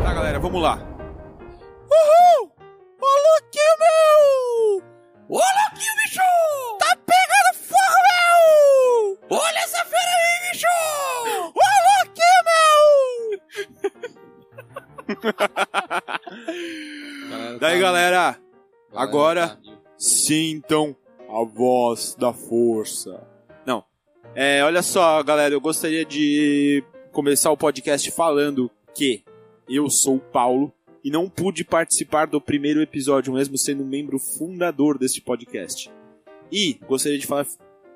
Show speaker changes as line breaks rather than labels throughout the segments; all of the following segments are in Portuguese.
Tá, Vamos lá.
Uhul! Ô, Luquinho, meu!
Ô, Luquinho, bicho!
Tá pegando fogo,
meu! Olha essa fera aí, bicho!
Ô,
Luquinho, meu! Daí, galera,
tá
agora sintam a voz da força. Não. É, olha só, galera, eu gostaria de começar o podcast falando que eu sou o Paulo e não pude participar do primeiro episódio, mesmo sendo um membro fundador deste podcast. E gostaria de falar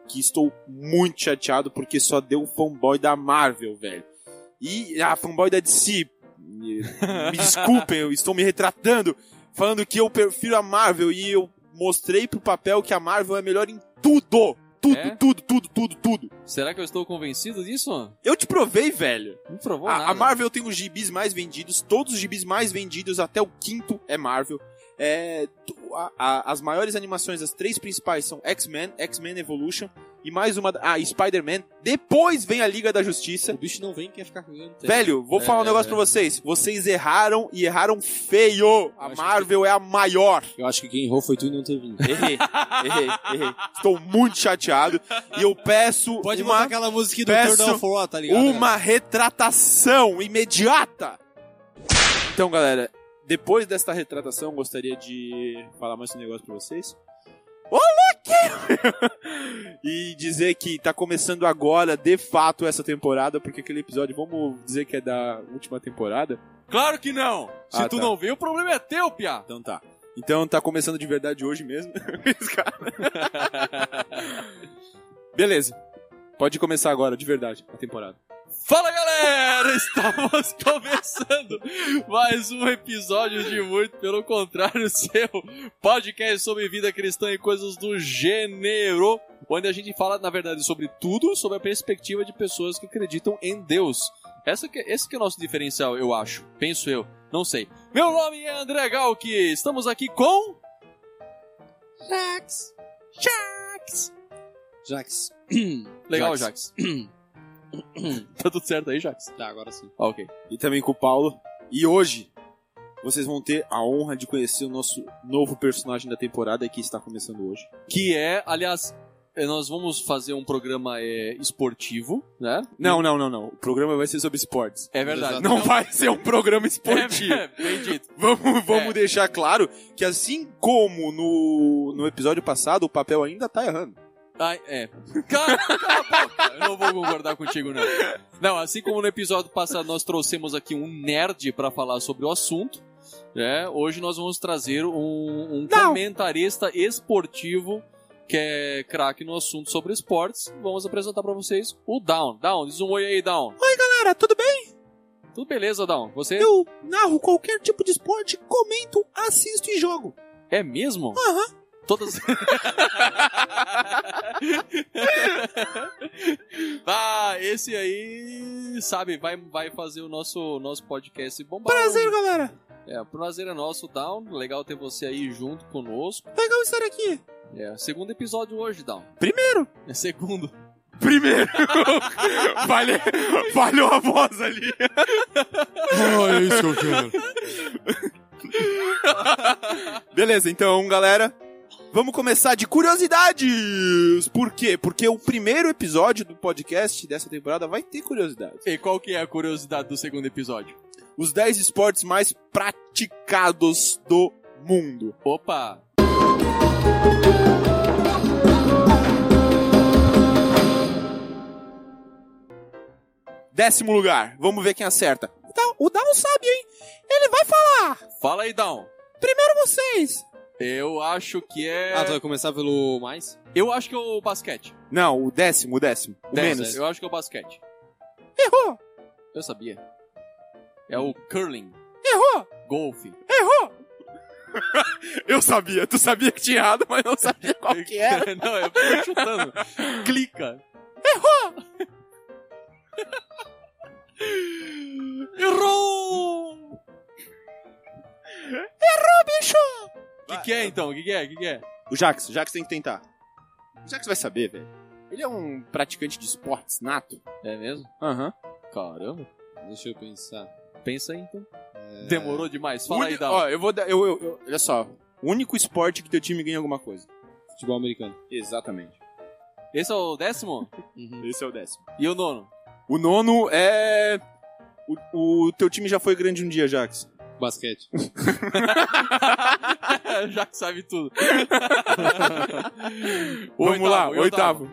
que estou muito chateado porque só deu um fanboy da Marvel, velho. E a fanboy da DC. Me, me desculpem, eu estou me retratando, falando que eu prefiro a Marvel e eu mostrei pro papel que a Marvel é melhor em tudo. Tudo,
É?
tudo, tudo, tudo, tudo.
Será que eu estou convencido disso?
Eu te provei, velho.
Não provou
Ah, A,
nada.
a Marvel tem os gibis mais vendidos, todos os gibis mais vendidos, até o quinto é Marvel. É, tu- a- a- as maiores animações, as três principais são X-Men, X-Men Evolution e mais uma. Ah, e Spider-Man. Depois vem a Liga da Justiça.
O bicho não vem quer ficar cagando. tempo.
Velho, vou
É,
falar um
é,
negócio
é.
pra vocês. Vocês erraram e erraram feio. A
acho que-
Marvel é a maior.
Eu acho que quem errou foi tu e não teve vindo.
Errei, errei, errei. Estou muito chateado e eu peço
Pode botar
uma,
aquela música do
peço
Turn Down For What, tá ligado?
uma retratação imediata. Então, galera, depois desta retratação, eu gostaria de falar mais um negócio pra vocês. Ô, Luke! e dizer que tá começando agora, de fato, essa temporada, porque aquele episódio, vamos dizer que é da última temporada.
Claro que não! Se
Ah,
tu
tá.
não viu, o problema é teu, piá!
Então tá. Então tá começando de verdade hoje mesmo. Beleza. Pode começar agora, de verdade, a temporada.
Fala galera! Estamos começando mais um episódio de Muito Pelo Contrário Seu podcast sobre vida cristã e coisas do gênero, onde a gente fala, na verdade, sobre tudo, sobre a perspectiva de pessoas que acreditam em Deus. Essa que- esse que é o nosso diferencial, eu acho. Penso eu. Não sei. Meu nome é André Galk. Estamos aqui com...
Jax. Jax. Jax.
Legal, Jax.
Jax.
tá tudo certo aí, Jax?
Tá, agora sim.
Ah, ok.
E também com o Paulo. E hoje, vocês vão ter a honra de conhecer o nosso novo personagem da temporada que está começando hoje.
Que é, aliás, eh, nós vamos fazer um programa eh, esportivo, né?
Não, não, não, não. O programa vai ser sobre esportes.
É verdade.
Não vai ser um programa esportivo.
É, bem dito.
Vamos, vamos
É.
deixar claro que assim como no, no episódio passado, o papel ainda tá errando.
Ai, é. Cala, cala a boca. Eu não vou concordar contigo, não. Não, assim como no episódio passado nós trouxemos aqui um nerd pra falar sobre o assunto, né? Hoje nós vamos trazer um, um
Não.
comentarista esportivo que é craque no assunto sobre esportes. Vamos apresentar pra vocês o Down. Down, diz um oi aí, Down.
Cara, tudo bem?
Tudo beleza, Down? Você
Eu narro qualquer tipo de esporte, comento, assisto e jogo.
é mesmo?
Aham.
Todas. ah, esse aí, sabe, vai, vai fazer o nosso, nosso podcast bombar.
galera.
É, o prazer é nosso, Down. Legal ter você aí junto conosco.
Legal estar aqui.
É, segundo episódio hoje, Down.
Primeiro.
É segundo.
Primeiro. Vale... Valeu a voz ali.
Ah, é isso que eu quero.
Beleza, então, galera. Vamos começar de curiosidades. Por quê? Porque o primeiro episódio do podcast dessa temporada vai ter curiosidades.
E qual que é a curiosidade do segundo episódio?
Os 10 esportes mais praticados do mundo.
Opa!
Décimo lugar. Vamos ver quem acerta. Tá, O Down sabe, hein? Ele vai falar.
Fala aí, Down.
Primeiro vocês.
Eu acho que é.
Ah, tu vai começar pelo mais?
Eu acho que é o basquete.
Não, o décimo, o décimo. O
Dez,
menos.
Eu acho que é o basquete.
Errou.
Eu sabia. É o curling,
Errou.
golfe.
Errou! Eu sabia, tu sabia que tinha errado, mas não sabia qual que era.
Não, eu tô chutando. Clica. Errou! Errou!
bicho!
O que, que é então? O que, que é? O que, que é?
O Jax, o Jax tem que tentar. O Jax vai saber, velho. Ele é um praticante de esportes nato.
É mesmo?
Aham.
Caramba.
Deixa eu pensar.
Pensa aí então.
É...
Demorou demais. Fala aí,
Uni-
Dal.
Ó, eu vou dar. Eu, eu- eu- olha só. O único esporte que teu time ganha alguma coisa.
Futebol americano.
Exatamente.
Esse é o décimo?
Uhum.
Esse é o décimo.
E o nono?
O nono é. O, o teu time já foi grande um dia, Jax.
Basquete.
Já que sabe tudo.
Vamos
Oitavo,
lá,
e
oitavo.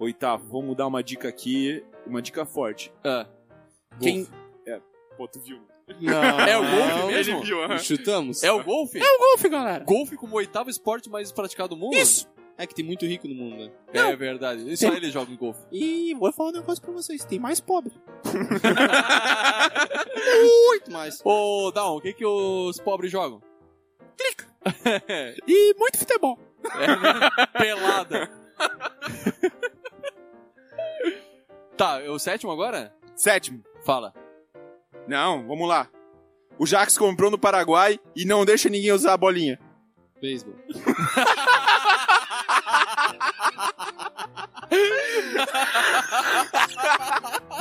oitavo. vamos dar uma dica aqui. Uma dica forte.
Ah.
Quem. É, pô, tu viu. Ah,
Não.
É o golfe
Ele
mesmo?
viu, aham.
Chutamos?
É o golfe?
É o golfe, galera.
Golfe como o oitavo esporte mais praticado do mundo?
Isso.
É que tem muito rico no mundo, né?
É verdade. E Só ele joga em golfe.
E vou falar um negócio pra vocês: tem mais pobre.
Muito mais.
Ô, Down, o que que os pobres jogam?
E muito futebol.
É Pelada. tá, é o sétimo agora?
Sétimo.
Fala.
Não, vamos lá. O Jax comprou no Paraguai e não deixa ninguém usar a bolinha.
Beisebol.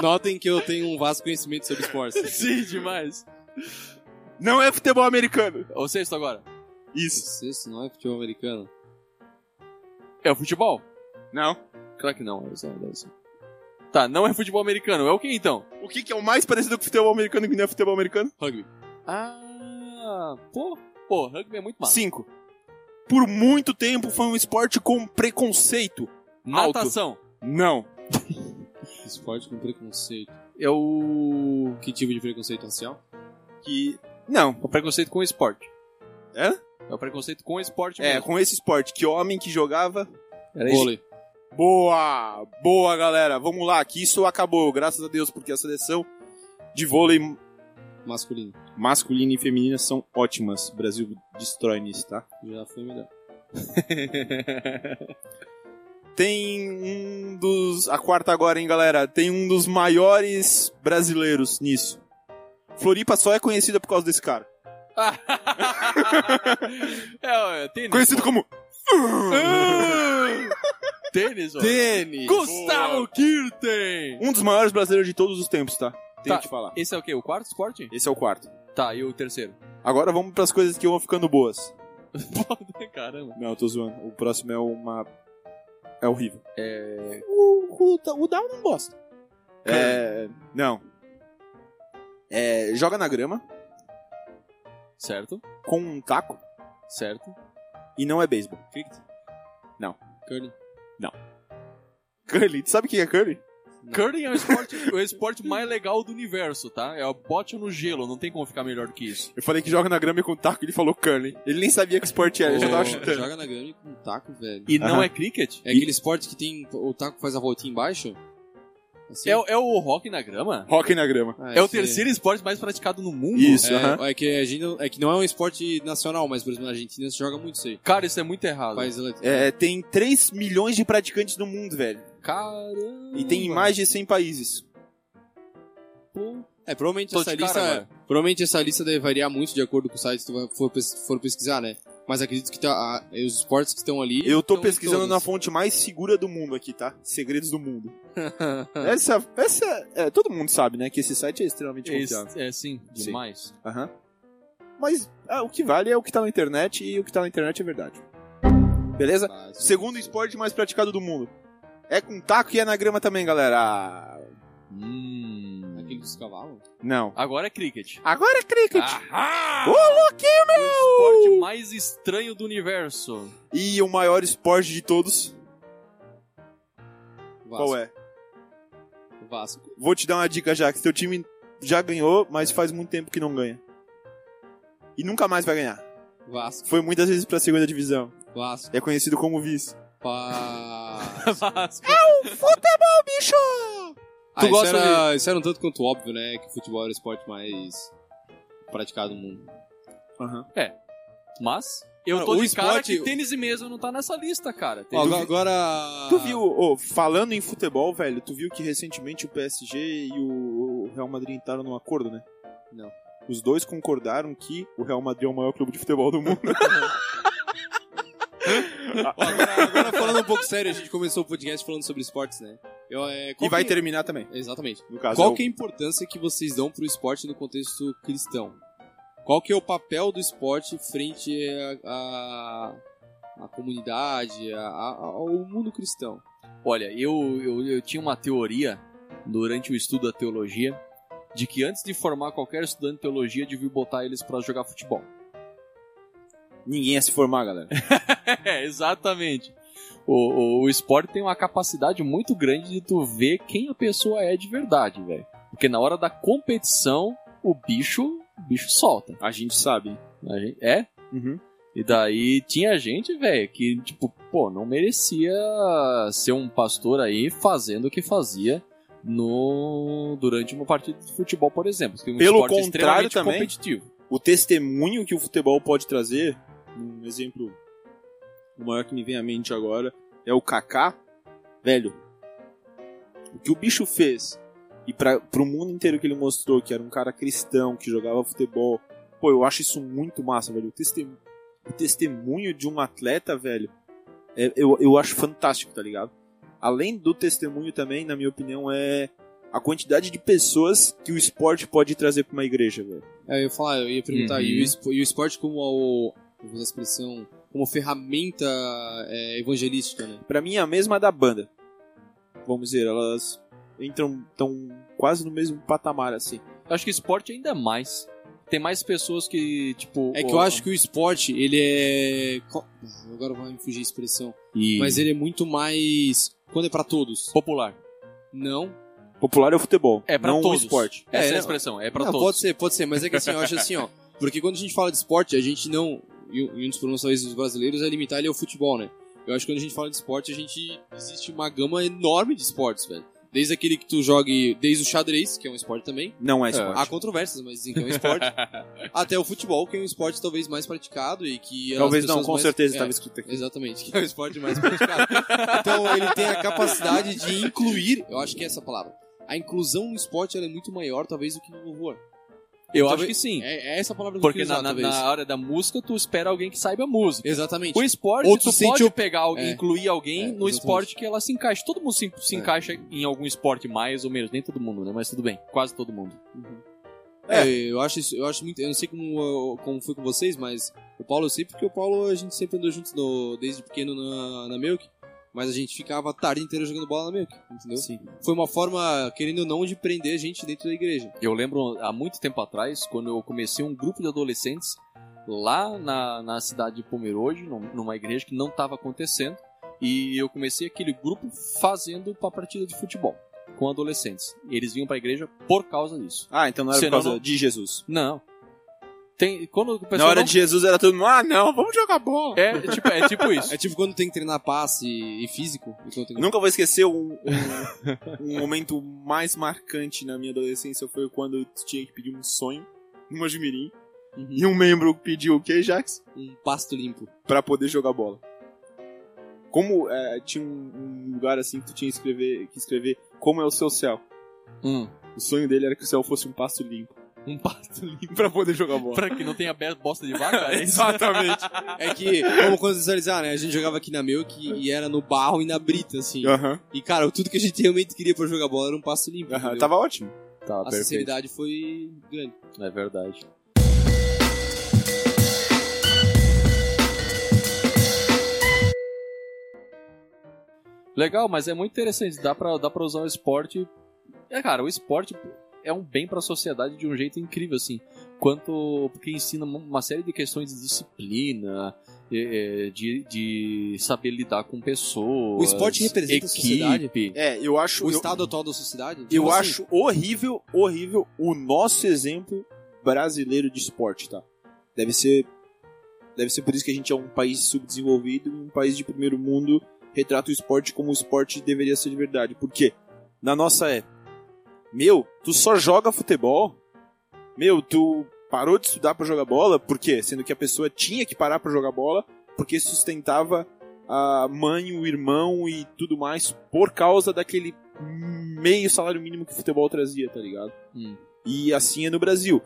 Notem que eu tenho um vasto conhecimento sobre esportes.
Sim, demais.
Não é futebol americano.
O sexto agora?
Isso.
Sexto não é futebol americano?
É o futebol?
Não.
Claro que
é
não. Tá, não é futebol americano. É o que então?
O que, que é o mais parecido com futebol americano que não é futebol americano?
Rugby.
Ah, pô. Pô, rugby é muito massa.
Cinco. Por muito tempo foi um esporte com preconceito. alto.
Natação.
Não.
Esporte com preconceito.
É o...
Que tipo de preconceito racial?
Que. Não.
o preconceito com o esporte.
É?
É o preconceito com o esporte
É,
mesmo.
com esse esporte. Que homem que jogava.
Era isso.
Vôlei.
Boa! Boa, galera. Vamos lá, que isso acabou, graças a Deus, porque a seleção de vôlei
Masculino.
masculina e feminina são ótimas. O Brasil destrói nisso, tá?
Já foi melhor.
Tem um dos. A quarta agora, hein, galera? Tem um dos maiores brasileiros nisso. Floripa só é conhecida por causa desse cara.
é, é tênis.
Conhecido como.
Ah! Tênis, ó.
Tênis!
Gustavo Kirten!
Um dos maiores brasileiros de todos os tempos, tá? Tenho
Tá.
que te falar.
Esse é o quê? O quarto esporte?
Esse é o quarto.
Tá, e o terceiro?
Agora vamos pras coisas que vão ficando boas.
Caramba.
Não, eu tô zoando. O próximo é uma. É horrível.
É,
O, o, o Down não gosta.
É. Não. É, joga na grama
Certo,
com um taco
certo.
e não é beisebol.
Cricket.
Curling.
Curly, tu sabe o que é curly?
Não.
Curling é o esporte, o esporte mais legal do universo, tá? É o bote no gelo, não tem como ficar melhor do que isso.
Eu falei que joga na grama e com um taco, ele falou curly. Ele nem sabia que esporte era, ele já
Pô,
tava chutando.
Joga na grama com um taco, velho.
E não
Aham.
é cricket?
É aquele esporte que tem. O taco faz a voltinha embaixo? Assim?
É, o- é o hockey na grama?
Hockey na grama.
Ah,
É, o
esse-
terceiro esporte mais praticado no mundo?
Isso.
É,
aham.
é, que a gente, não- é que não é um esporte nacional, mas, por exemplo, na Argentina se joga muito isso aí.
Cara, isso é muito errado.
País elet-
É, tem 3 milhões de praticantes no mundo, velho.
Caramba.
E tem em mais de 100 países.
É, provavelmente
Tô
essa,
de cara
lista, é provavelmente essa lista deve variar muito de acordo com o site que tu vai- for, pes- for pesquisar, né? Mas acredito que tá, ah, os esportes que estão ali.
Eu tô
estão em
pesquisando na
todos.
fonte mais segura do mundo aqui, tá? Segredos do mundo. essa. essa é, todo mundo sabe, né? Que esse site é extremamente confiável.
É, é sim,
Sim.
demais.
Aham. Mas ah, o que vale é o que tá na internet e o que tá na internet é verdade. Beleza?
Mas-
Segundo esporte mais praticado do mundo. É com taco e é na grama também, galera. Ah,
Aquele
Hum.
dos cavalos?
Não.
Agora é cricket.
Agora é cricket. Uh!
Ahá!
Ô, louquinho,
O
meu!
Ah, esporte mais estranho do universo.
E o maior esporte de todos,
Vasco.
qual é?
é?
Vasco.
Vou te dar uma dica já, que seu time já ganhou, mas faz muito tempo que não ganha. E nunca mais vai ganhar.
Vasco.
Foi muitas vezes pra segunda divisão.
Vasco.
É conhecido como vice.
Pá.
Vasco.
Ah,
Tu
isso,
gosta
era, isso era um tanto quanto óbvio, né? Que o futebol era o esporte mais praticado no mundo.
Mas eu
É!
Cara,
tô
o
de cara
esporte-
que tênis e mesa não tá nessa lista, cara.
Ó,
Tênis-
agora- agora.
Tu viu, ô, falando em futebol, velho, tu viu que recentemente o PSG e o o Real Madrid entraram num acordo, né?
Não.
Os dois concordaram que o Real Madrid é o maior clube de futebol do mundo.
Ó, agora, agora falando um pouco sério, a gente começou o podcast falando sobre esportes, né? Eu, é, qual
E vai
que-
terminar também.
Exatamente.
No caso,
Qual
eu-
que é a importância que vocês dão pro esporte no contexto cristão? Qual que é o papel do esporte frente à à- à comunidade, a- a- ao mundo cristão?
Olha, eu, eu, eu tinha uma teoria durante o estudo da teologia de que antes de formar qualquer estudante de teologia, devia botar eles pra jogar futebol.
ninguém ia se formar, galera.
É, exatamente. O, o, o esporte tem uma capacidade muito grande de tu ver quem a pessoa é de verdade, velho. Porque na hora da competição, o bicho, o bicho solta.
A gente sabe.
A gente- É?
Uhum.
E daí tinha gente, velho, que, tipo, pô, não merecia ser um pastor aí fazendo o que fazia no durante uma partida de futebol, por exemplo. que é um
Pelo
esporte
contrário
extremamente
também.
competitivo.
O testemunho que o futebol pode trazer, um exemplo, o maior que me vem à mente agora, é o Kaká. Velho, o que o bicho fez, e pra, pro mundo inteiro que ele mostrou, que era um cara cristão, que jogava futebol, pô, eu acho isso muito massa, velho. O, testem- o testemunho de um atleta, velho, é- eu, eu acho fantástico, tá ligado? Além do testemunho também, na minha opinião, é a quantidade de pessoas que o esporte pode trazer pra uma igreja, velho.
É, Eu ia falar, eu ia perguntar,
Uhum.
e, o espo- e o esporte como ao, vou usar a expressão, como ferramenta é, evangelística, né?
Pra mim é a mesma da banda. Vamos dizer, elas entram tão quase no mesmo patamar assim.
Acho que esporte ainda é mais. Tem mais pessoas que, tipo.
É que eu acho que o esporte, ele é... co- Ah, Agora vai me fugir a expressão. Mas ele é muito mais... Quando é pra todos.
popular.
Não.
Popular é o futebol,
É pra
não
todos.
o esporte.
Essa é,
É,
a
não-
expressão, é pra
Não,
todos.
Pode ser, pode ser, mas é que assim, eu acho assim, ó. Porque quando a gente fala de esporte, a gente não. E um e um dos problemas talvez dos brasileiros é limitar ele ao futebol, né? Eu acho que quando a gente fala de esporte, a gente. Existe uma gama enorme de esportes, velho. Desde aquele que tu jogue. Desde o xadrez, que é um esporte também.
Não é esporte.
Há controvérsias, mas dizem que é um esporte. até o futebol, que é um esporte talvez mais praticado e que. as
Talvez não,
pessoas
com
mais-
certeza tá
é,
estava escrito aqui.
Exatamente, que é o esporte mais praticado. então ele tem a capacidade de incluir, eu acho que é essa a palavra. A inclusão no esporte ela é muito maior, talvez, do que no louvor.
Eu acho
Talvez-
que sim.
É, é essa a palavra que
Porque
eu
na,
queria usar,
na,
talvez.
na hora da música, tu espera alguém que saiba música.
Exatamente.
O esporte,
Tipo, Ou
tu,
tu sente
pode
o-
pegar alguém,
É.
incluir alguém
É,
no
exatamente.
esporte que ela se encaixa. Todo mundo se, se
É.
encaixa em algum esporte mais ou menos. Nem todo mundo, né? Mas tudo bem. Quase todo mundo.
É, eu acho isso, eu acho muito. Eu não sei como, como foi com vocês, mas o Paulo eu sei porque o Paulo a gente sempre andou juntos no- desde pequeno na, na Milk. Mas a gente ficava a tarde inteira jogando bola na Milk, entendeu?
Sim.
Foi uma forma, querendo ou não, de prender a gente dentro da igreja.
Eu lembro há muito tempo atrás, quando eu comecei um grupo de adolescentes lá na, na cidade de Pomerode, num- numa igreja que não estava acontecendo, e eu comecei aquele grupo fazendo uma partida de futebol com adolescentes. E eles vinham para a igreja por causa disso.
Ah, então não era
Senão
por causa
não-
de Jesus.
Não. Tem, quando o
Na
pessoal
hora
não-
de Jesus era todo mundo, ah, não, vamos jogar bola.
é, tipo, é tipo isso.
É tipo quando tem que treinar passe e físico. e quando tem que-
Nunca vou esquecer um, um, um momento mais marcante na minha adolescência foi quando eu tinha que pedir um sonho numa Jimirim.
Uhum.
E um membro pediu o quê, Jax?
Um pasto limpo.
Pra poder jogar bola. Como é, tinha um, um lugar assim que tu tinha que escrever, que escrever como é o seu céu.
Hum.
O sonho dele era que o céu fosse um pasto limpo
Um pasto limpo
pra poder jogar bola.
pra que não tenha be- bosta de vaca. É isso?
Exatamente.
É que, vamos contextualizar, né? A gente jogava aqui na Milk e era no barro e na brita, assim.
Aham,
E, cara, tudo que a gente realmente queria pra jogar bola era um passo limpo.
aham.
entendeu?
Tava ótimo.
Tá,
a sinceridade foi grande.
É verdade. Legal, mas é muito interessante. Dá pra, dá pra usar o esporte. É, cara, o esporte é um bem pra sociedade de um jeito incrível, assim. Quanto. Porque ensina uma série de questões de disciplina, é, é, de, de saber lidar com pessoas.
O esporte representa a sociedade?
equipe.
É, eu acho.
O
eu
estado atual da sociedade?
eu
assim,
acho horrível, horrível o nosso exemplo brasileiro de esporte, tá? Deve ser. Deve ser por isso que a gente é um país subdesenvolvido e um país de primeiro mundo retrata o esporte como o esporte deveria ser de verdade. Por quê? Na nossa é. Meu, tu só joga futebol? Meu, tu parou de estudar pra jogar bola? Por quê? Sendo que a pessoa tinha que parar pra jogar bola porque sustentava a mãe, o irmão e tudo mais por causa daquele meio salário mínimo que o futebol trazia, tá ligado?
Hum.
E assim é no Brasil.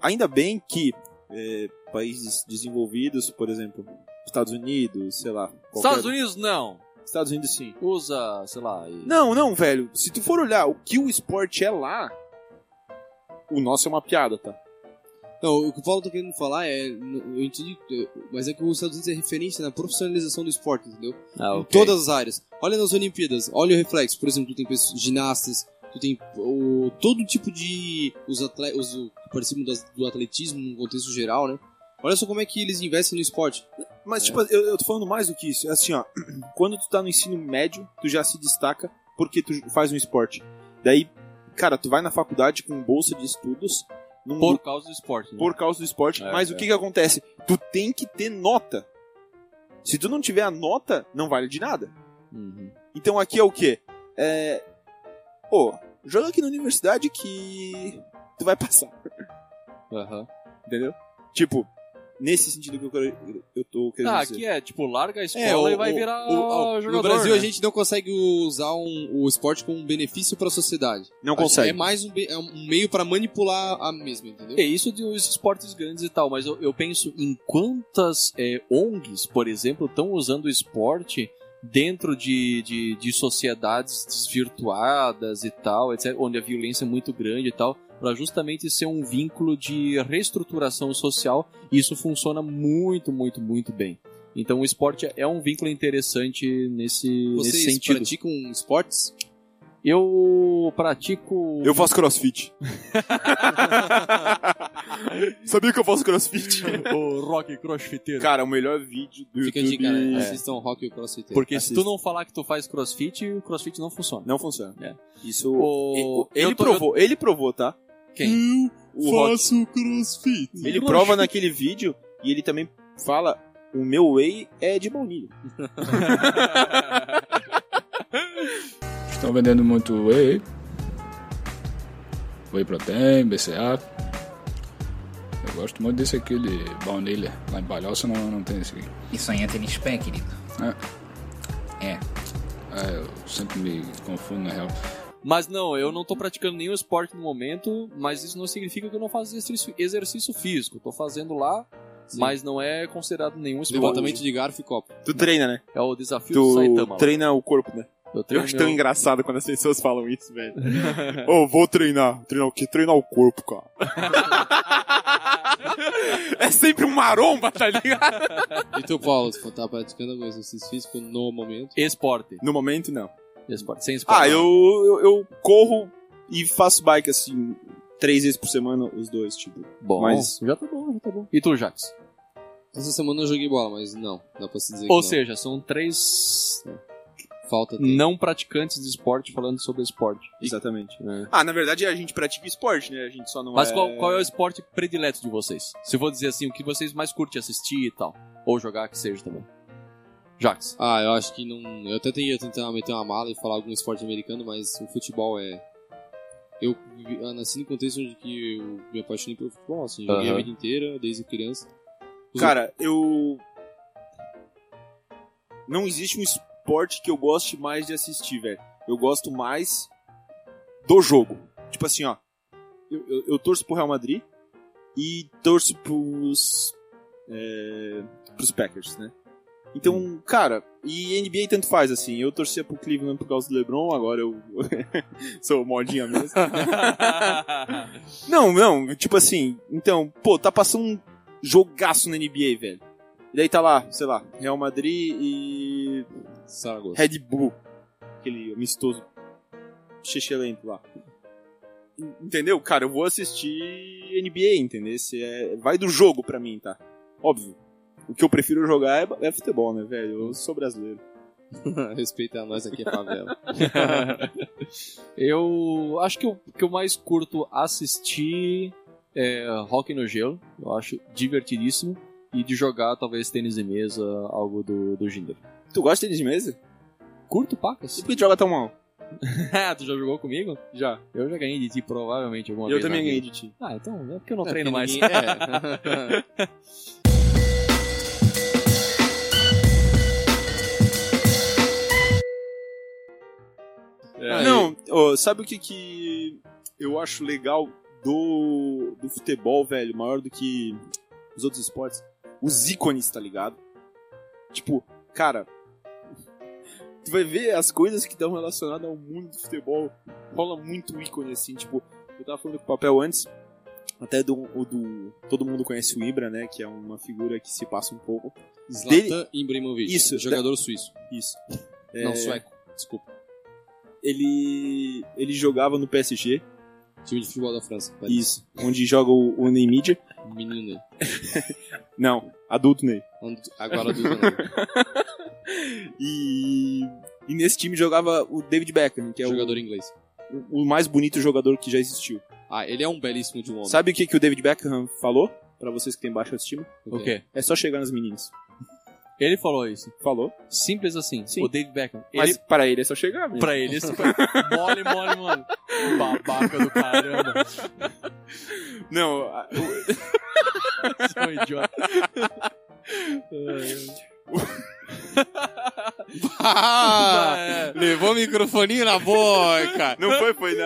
Ainda bem que é, países desenvolvidos, por exemplo, Estados Unidos, sei lá. qualquer-
Estados Unidos, não!
Estados Unidos sim.
Usa, sei lá. e-
Não, não, velho. Se tu for olhar o que o esporte é lá, o nosso é uma piada, tá?
Não, o que o Paulo tá querendo falar é. Eu entendi, mas é que os Estados Unidos é referência na profissionalização do esporte, entendeu?
Ah,
Em
ok.
todas as áreas. Olha nas Olimpíadas, olha o reflexo. Por exemplo, tu tem pessoas- ginastas, tu tem o, todo tipo de. Os atletas que participam das- do atletismo no contexto geral, né? Olha só como é que eles investem no esporte.
É.
Mas, tipo, eu, eu tô falando mais do que isso. É assim, ó. Quando tu tá no ensino médio, tu já se destaca porque tu faz um esporte. Daí, cara, tu vai na faculdade com bolsa de estudos num
Por causa do esporte. né?
por causa do esporte.
É,
mas
é.
o que que acontece? Tu tem que ter nota. Se tu não tiver a nota, não vale de nada.
Uhum.
Então aqui é o quê? É... Pô, joga aqui na universidade que tu vai passar,
Aham.
entendeu? Tipo, nesse sentido que eu, quero- eu tô querendo
Ah,
dizer.
aqui é, tipo, larga a escola
É, o-
e vai
o-
virar
o- o-
jogador.
No Brasil
né?
a gente não consegue usar um- o esporte como um benefício pra sociedade.
Não
É
consegue.
mais um, be- é um meio pra manipular a mesma, entendeu?
É isso de os esportes grandes e tal, mas eu, eu penso em quantas é, ONGs, por exemplo, estão usando o esporte dentro de, de, de sociedades desvirtuadas e tal, etc., onde a violência é muito grande e tal, para justamente ser um vínculo de reestruturação social, e isso funciona muito, muito, muito bem. Então o esporte é um vínculo interessante nesse, nesse
Vocês
sentido.
praticam esportes?
Eu pratico.
Eu faço crossfit. Sabia que eu faço crossfit?
o rock crossfiteiro.
Cara, o melhor vídeo do
Fica a
YouTube... é
dica,
É.
né? Assistam Rock e o Crossfit.
Porque se
Assista.
tu não falar que tu faz crossfit, o crossfit não funciona.
Não funciona. Isso... é,
O-
Ele
eu tô-
provou, ele provou, tá?
Quem?
O Rock-
crossfit.
Ele prova naquele vídeo e ele também fala: o meu whey é de baunilha.
Estão vendendo muito whey, whey protein, BCA. Eu gosto muito desse aqui de baunilha. Lá em Palhoça não, não tem esse aqui.
Isso aí é tênis pé, querido. É.
Ah, eu sempre me confundo na real.
Mas não, eu não tô praticando nenhum esporte no momento, mas isso não significa que eu não faça exercício, exercício físico. Tô fazendo lá, mas não é considerado nenhum
Levantamento
esporte.
de garfo e copo.
Tu treina, né?
É o desafio do Saitama.
Tu
lá.
treina o corpo, né?
Eu
Eu
treino
acho tão engraçado quando as pessoas falam isso, velho. Ô, vou treinar. Treinar o quê? Treinar o corpo, cara. é sempre um maromba, tá ligado?
E tu, Paulo, tu tá praticando algum exercício físico no momento?
Esporte.
No momento, não.
Esporte. Sem esporte.
Ah, eu, eu, eu corro e faço bike assim, três vezes por semana, os dois, tipo.
Bom,
mas-
já tá bom, já tá bom. E tu, Jax?
Essa semana eu joguei bola, mas não, dá pra se dizer
Ou
que
seja, são três
não. falta tempo.
não praticantes de esporte falando sobre esporte.
Exatamente.
É.
Ah, na verdade a gente pratica esporte, né? A gente só não
Mas
é...
qual, qual é o esporte predileto de vocês? Se eu vou dizer assim, o que vocês mais curtem assistir e tal. Ou jogar, que seja também. Jax.
Ah, eu acho que não. Eu até ia tentar meter uma mala e falar algum esporte americano, mas o futebol é. Eu vi- eu nasci no contexto onde que eu me apaixonei pelo futebol, assim, joguei a
Aham.
vida inteira, desde criança.
Cara, eu. Não existe um esporte que eu goste mais de assistir, velho. Eu gosto mais do jogo. Tipo assim, ó. Eu, eu- eu torço pro Real Madrid e torço pros. É, pros Packers, né? Então, cara, e NBA tanto faz, assim. Eu torcia pro Cleveland por causa do LeBron, agora eu sou modinha mesmo. Não, não, tipo assim, então, pô, tá passando um jogaço na NBA, velho. E daí tá lá, sei lá, Real Madrid e
Saragossa.
Red Bull, aquele amistoso chechelento lá. En- Entendeu? Cara, eu vou assistir NBA, entendeu? Se é... Vai do jogo pra mim, tá? Óbvio. O que eu prefiro jogar é, é futebol, né, velho? Eu sou brasileiro.
Respeita a nós aqui, a favela.
eu acho que o que eu mais curto assistir é rock no gelo. Eu acho divertidíssimo. E de jogar, talvez, tênis de mesa, algo do, do Ginder.
Tu gosta de tênis de mesa?
Curto
E
pacas.
por que tu joga tão mal?
Ah, tu já jogou comigo?
Já.
Eu já ganhei de ti, provavelmente, alguma
eu
vez. na
também ganhei
vida.
de ti.
Ah, então é porque eu não treino mais.
Ninguém- é. É,
Não, ô, sabe o que que eu acho legal do, do futebol, velho, maior do que os outros esportes? Os ícones, tá ligado? Tipo, cara, tu vai ver as coisas que estão relacionadas ao mundo do futebol. Rola muito ícone, assim, tipo, eu tava falando com o papel antes, até do, o do. Todo mundo conhece o Ibra, né? Que é uma figura que se passa um pouco.
Zlatan Ibrahimovic,
Isso,
jogador suíço.
Isso. É,
Não, sueco, desculpa.
Ele. Ele jogava no PSG.
Time de futebol da França. Pera.
Isso. Onde joga o, o Ney Media.
Menino, né?
Não, adulto Ney.
Agora adulto, né?
E. E nesse time jogava o David Beckham, que é o,
jogador inglês.
o mais bonito jogador que já existiu.
Ah, ele é um belíssimo de um homem.
Sabe o que, que o David Beckham falou? Pra vocês que têm baixa autoestima?
O quê?
É só chegar nas meninas.
Ele falou isso.
Falou.
Simples assim.
Sim.
O David Beckham. Ele,
Mas para ele é só chegar mesmo.
Pra ele, isso foi mole, mole, mano. Babaca do caramba.
Não, a-
Você é um idiota.
Ah,
É,
levou o microfoninho na boca.
não foi, foi na...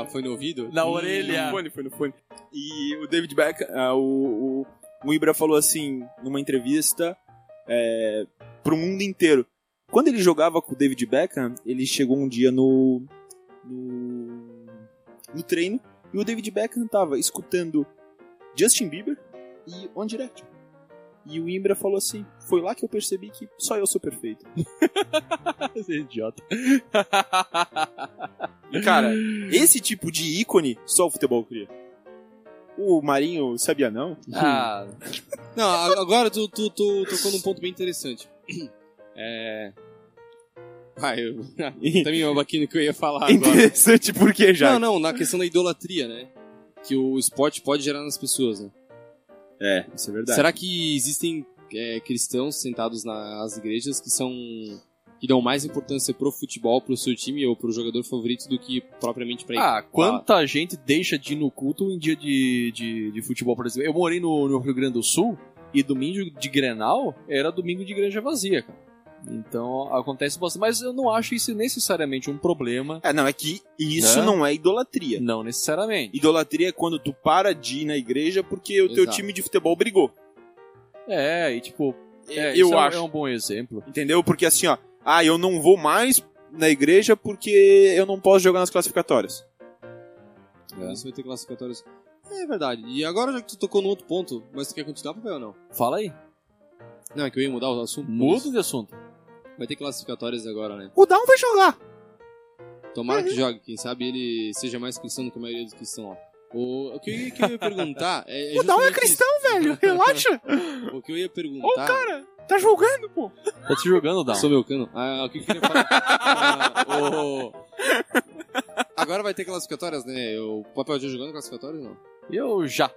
Ah, foi no ouvido?
Na
No
orelha.
fone, foi no fone. E o David Beckham, ah, o, o, o Ibra falou assim, numa entrevista, é, pro mundo inteiro. Quando ele jogava com o David Beckham, ele chegou um dia no... no, no treino, e o David Beckham tava escutando Justin Bieber e One Direction. E o Ibra falou assim, foi lá que eu percebi que só eu sou perfeito.
Você é idiota.
E, cara, esse tipo de ícone só o futebol cria. O Marinho sabia não?
Ah,
Não, a- agora tu, tu, tu tocou num ponto bem interessante. É. Ah, eu. Também é uma baquina que eu ia falar agora.
Interessante porque já.
Não, não, na questão da idolatria, né? Que o esporte pode gerar nas pessoas, né?
É, isso é verdade.
Será que existem é, cristãos sentados nas igrejas que são. que dão mais importância pro futebol, pro seu time ou pro jogador favorito do que propriamente pra
ah, quanta gente deixa de ir no culto em dia de, de, de futebol, por exemplo. Eu morei no, no Rio Grande do Sul e domingo de Grenal era domingo de igreja vazia, cara. Então acontece bastante. Mas eu não acho isso necessariamente um problema.
É, não, é que isso
Né?
não é idolatria.
Não necessariamente.
Idolatria é quando tu para de ir na igreja porque o teu
Exato.
time de futebol brigou.
É, e tipo, é,
eu
isso é um-
acho.
É um bom exemplo.
Entendeu? Porque assim, ó, ah, eu não vou mais na igreja porque eu não posso jogar nas classificatórias.
Ah, Isso vai ter classificatórios. É verdade. E agora já que tu tocou no outro ponto, mas tu quer continuar, papel ou não?
Fala aí.
Não, é que eu ia mudar o assunto.
Muda de assunto.
Vai ter classificatórias agora, né?
O Down vai jogar. É.
Tomara que jogue, quem sabe ele seja mais cristão do que a maioria dos que estão lá. O, o que, eu ia- que eu ia perguntar é. é
O Down é
justamente
cristão, velho. Relaxa.
isso. O que eu ia perguntar.
Ô, cara, tá julgando, pô.
Tá te jogando, Down.
Sou meu cano. Ah, o que eu queria falar. Ah, o- Agora vai ter classificatórias, né? O papel de jogando classificatórias não?
Eu já.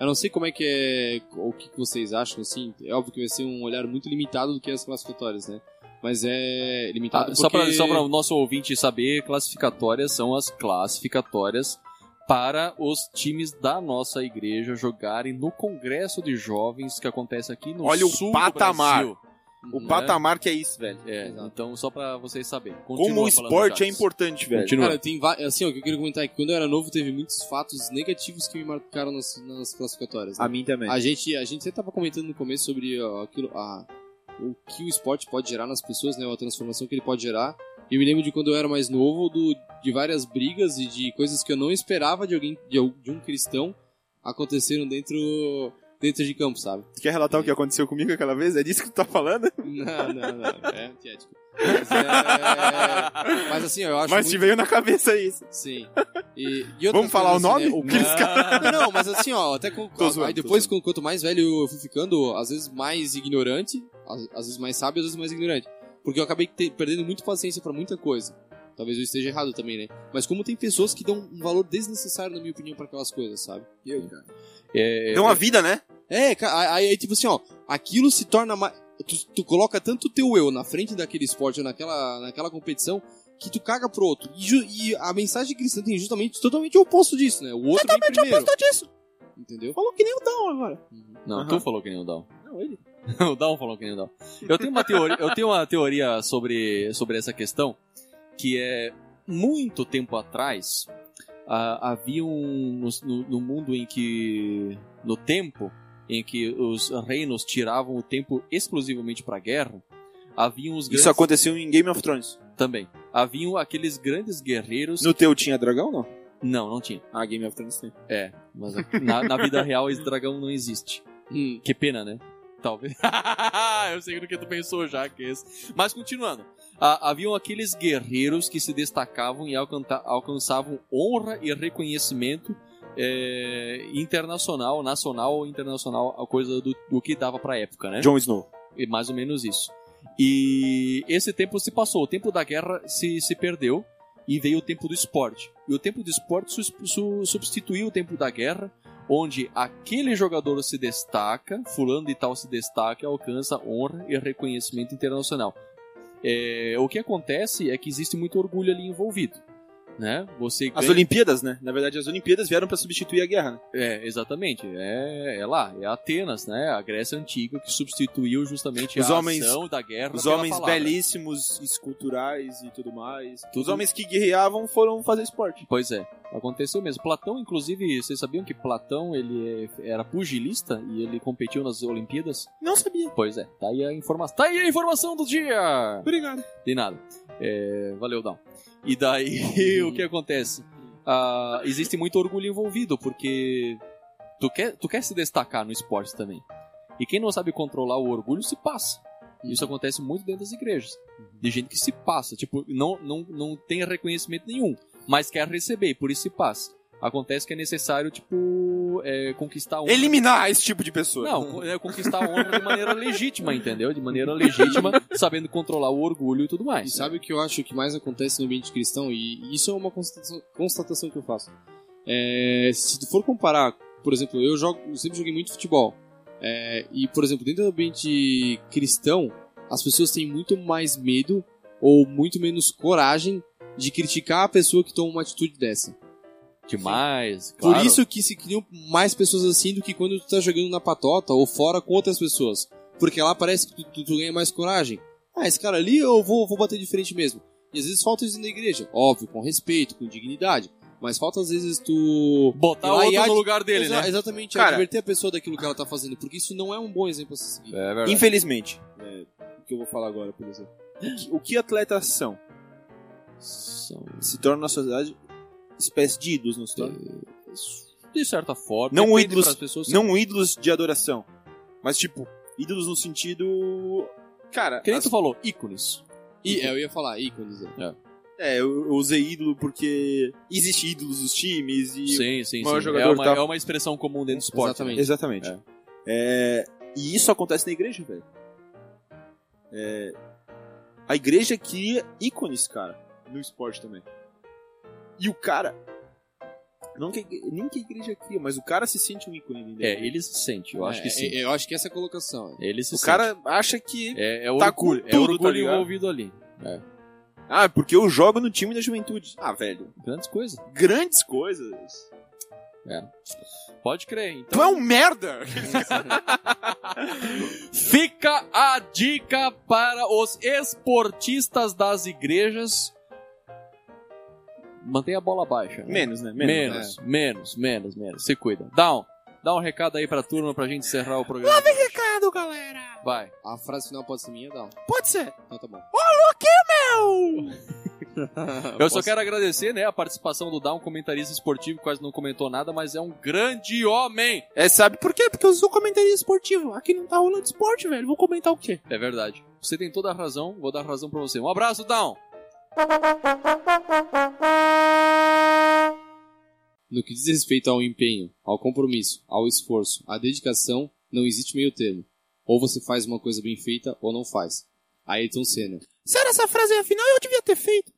Eu não sei como é que é. O que que vocês acham, assim. É óbvio que vai ser um olhar muito limitado do que as classificatórias, né? Mas é limitado.
Ah, só, pra,
porque-
só pra o nosso ouvinte saber, classificatórias são as classificatórias para os times da nossa igreja jogarem no Congresso de Jovens que acontece aqui no
Olha o
sul
patamar.
do Brasil.
O
Uhum.
patamar que é isso, velho.
É,
Exato.
então só pra vocês saberem.
Como o
Continua falando,
esporte é
Jax.
importante, velho.
Continua.
Cara, tem va- assim, ó, o que eu queria comentar é que quando eu era novo teve muitos fatos negativos que me marcaram nas, nas classificatórias. né?
A mim também.
A gente, a gente até tava comentando no começo sobre ó, aquilo, a, o que o esporte pode gerar nas pessoas, né? A transformação que ele pode gerar. E eu me lembro de quando eu era mais novo, do, de várias brigas e de coisas que eu não esperava de alguém, de, al- de um cristão, aconteceram dentro, dentro de campo, sabe?
Tu quer relatar o que aconteceu comigo aquela vez? É disso que tu tá falando?
Não, não, não. É antiético. Mas, é... Mas assim, ó, eu acho
Mas te
muito...
veio na cabeça isso.
Sim. E, e outras
Vamos falar o
coisas,
nome?
né? O
Cris
Ah,
Não, não, mas assim, ó, até com,
Tô zoando,
aí
tô
depois,
zoando.
com- quanto mais velho eu fui ficando, às vezes mais ignorante, às, às vezes mais sábio, às vezes mais ignorante. Porque eu acabei te- perdendo muito paciência pra muita coisa. Talvez eu esteja errado também, né? Mas como tem pessoas que dão um valor desnecessário, na minha opinião, pra aquelas coisas, sabe?
Eu,
É,
Deu uma vida, né?
É, ca- aí, aí tipo assim, ó, aquilo se torna mais. Tu, tu coloca tanto o teu eu na frente daquele esporte ou naquela, naquela competição que tu caga pro outro. E, ju- e a mensagem cristã tem justamente totalmente o oposto disso, né? O outro vem primeiro.
Gostou disso?
Entendeu?
Falou que nem o Down agora.
Não,
Aham.
tu falou que nem o Down.
Não, ele.
o Down falou que nem o Down. Eu tenho uma teoria, eu tenho uma teoria sobre, sobre essa questão, que é muito tempo atrás ah, havia um no, no- no mundo em que no tempo em que os reinos tiravam o tempo exclusivamente para guerra, haviam os grandes...
Isso aconteceu em Game of Thrones.
Também. Haviam aqueles grandes guerreiros...
No teu tinha dragão, não?
Não, não tinha.
Ah, Game of Thrones tem.
É, mas a- na, na vida real esse dragão não existe.
Hum.
Que pena, né? Talvez. Eu sei no que tu pensou já, que é esse. Mas continuando. Ah, haviam aqueles guerreiros que se destacavam e alcanta- alcançavam honra e reconhecimento eh, internacional, nacional ou internacional, a coisa do, do que dava pra época, né?
Jon Snow.
E mais ou menos isso. E esse tempo se passou, o tempo da guerra se, se perdeu e veio o tempo do esporte. E o tempo do esporte sus- su- substituiu o tempo da guerra, onde aquele jogador se destaca, fulano de tal se destaca, alcança honra e reconhecimento internacional. É, o que acontece é que existe muito orgulho ali envolvido. Né? Você
As
ganha-
Olimpíadas, né? Na verdade, as Olimpíadas vieram pra substituir a guerra, né?
é, exatamente. É, é lá, é Atenas, né? A Grécia antiga que substituiu justamente
Os
a
homens-
ação da guerra.
Os
pela
homens
palavra.
belíssimos, esculturais e tudo mais. Os
Tudo-
homens que guerreavam foram fazer esporte.
Pois é, aconteceu mesmo. Platão, inclusive, vocês sabiam que Platão ele é- era pugilista e ele competiu nas Olimpíadas?
Não sabia.
Pois é, tá aí a informação. Tá aí a informação do dia!
Obrigado.
De nada. É, valeu, Dal. E daí, o que acontece? Ah, existe muito orgulho envolvido, porque tu quer, tu quer se destacar no esporte também. E quem não sabe controlar o orgulho se passa. E Isso acontece muito dentro das igrejas. De gente que se passa, tipo, não, não, não tem reconhecimento nenhum, mas quer receber, e por isso se passa. Acontece que é necessário, tipo, é, conquistar um.
Eliminar esse tipo de pessoa.
Não, con- é conquistar a honra de maneira legítima, entendeu? De maneira legítima, sabendo controlar o orgulho e tudo mais.
E sabe o que eu acho que mais acontece no ambiente cristão? E isso é uma constatação, constatação que eu faço. É, se tu for comparar, por exemplo, eu, jogo, eu sempre joguei muito futebol. É, e, por exemplo, dentro do ambiente cristão, Então, as pessoas têm muito mais medo ou muito menos coragem de criticar a pessoa que toma uma atitude dessa.
Demais,
Por isso que se criam mais pessoas assim do que quando tu tá jogando na patota ou fora com outras pessoas. Porque lá parece que tu, tu- tu ganha mais coragem. Ah, esse cara ali eu vou, vou bater de frente mesmo. E às vezes falta isso na igreja. Óbvio, com respeito, com dignidade. Mas falta às vezes tu.
Botar
Lá
outro
e a-
no lugar dele,
Exa-
né?
Exatamente,
Cara-
adverter a pessoa daquilo que ela tá fazendo. Porque isso não é um bom exemplo a se seguir.
É verdade.
Infelizmente. é, o que eu vou falar agora, por exemplo. O que, o que atletas são? Se tornam na sociedade espécie de ídolos, não se tornam?
De certa forma,
Não
depende
ídolos,
pras pessoas, sim.
Não ídolos de adoração. Mas, tipo, ídolos no sentido. Cara,
Que nem
as-
tu falou, ícones.
E é, eu ia falar, ícones. né?
é, eu, eu usei ídolo porque existe ídolos dos times e.
Sim, sim,
maior
sim.
jogador
é, uma,
tal.
é uma expressão comum dentro do esporte. né?
Exatamente.
Exatamente. É, e isso acontece na igreja, velho. É, a igreja cria ícones, cara, no esporte também. E o cara. Não que, a igre- nem que a igreja é cria, mas o cara se sente um ícone. dentro da
né? É,
igreja.
ele se sente, eu acho
É,
que sim.
é, Eu acho que essa é a colocação.
Ele se
O
sente.
cara acha que.
é, é o
tá
orgulho,
com
é o
tudo, tá
orgulho
ligado?
envolvido ali.
Ah, porque eu jogo no time da juventude. Ah, velho.
Grandes coisas.
Grandes coisas.
Pode crer, então.
Tu é um merda!
Fica a dica para os esportistas das igrejas. Mantenha a bola baixa. né?
Menos, né?
Menos, menos, menos, menos. Se cuida. Dá um, dá um recado aí pra turma pra gente encerrar o programa. Lá vem recado.
É.
Obrigado, galera.
Vai.
A frase final pode ser minha, não.
Pode ser.
Então tá bom.
Eu só quero agradecer, né, a participação do Down, comentarista esportivo, que quase não comentou nada, mas é um grande homem.
É, sabe por
Por quê? Porque eu sou comentarista esportivo. Aqui não tá rolando esporte, velho. Vou comentar o quê?
É verdade. Você tem toda a razão, vou dar razão pra você. Um abraço, Down.
No que diz respeito ao empenho, ao compromisso, ao esforço, à dedicação, não existe meio termo. Ou você faz uma coisa bem feita ou não faz. Ayrton Senna.
Sério, essa frase aí, afinal eu devia ter feito.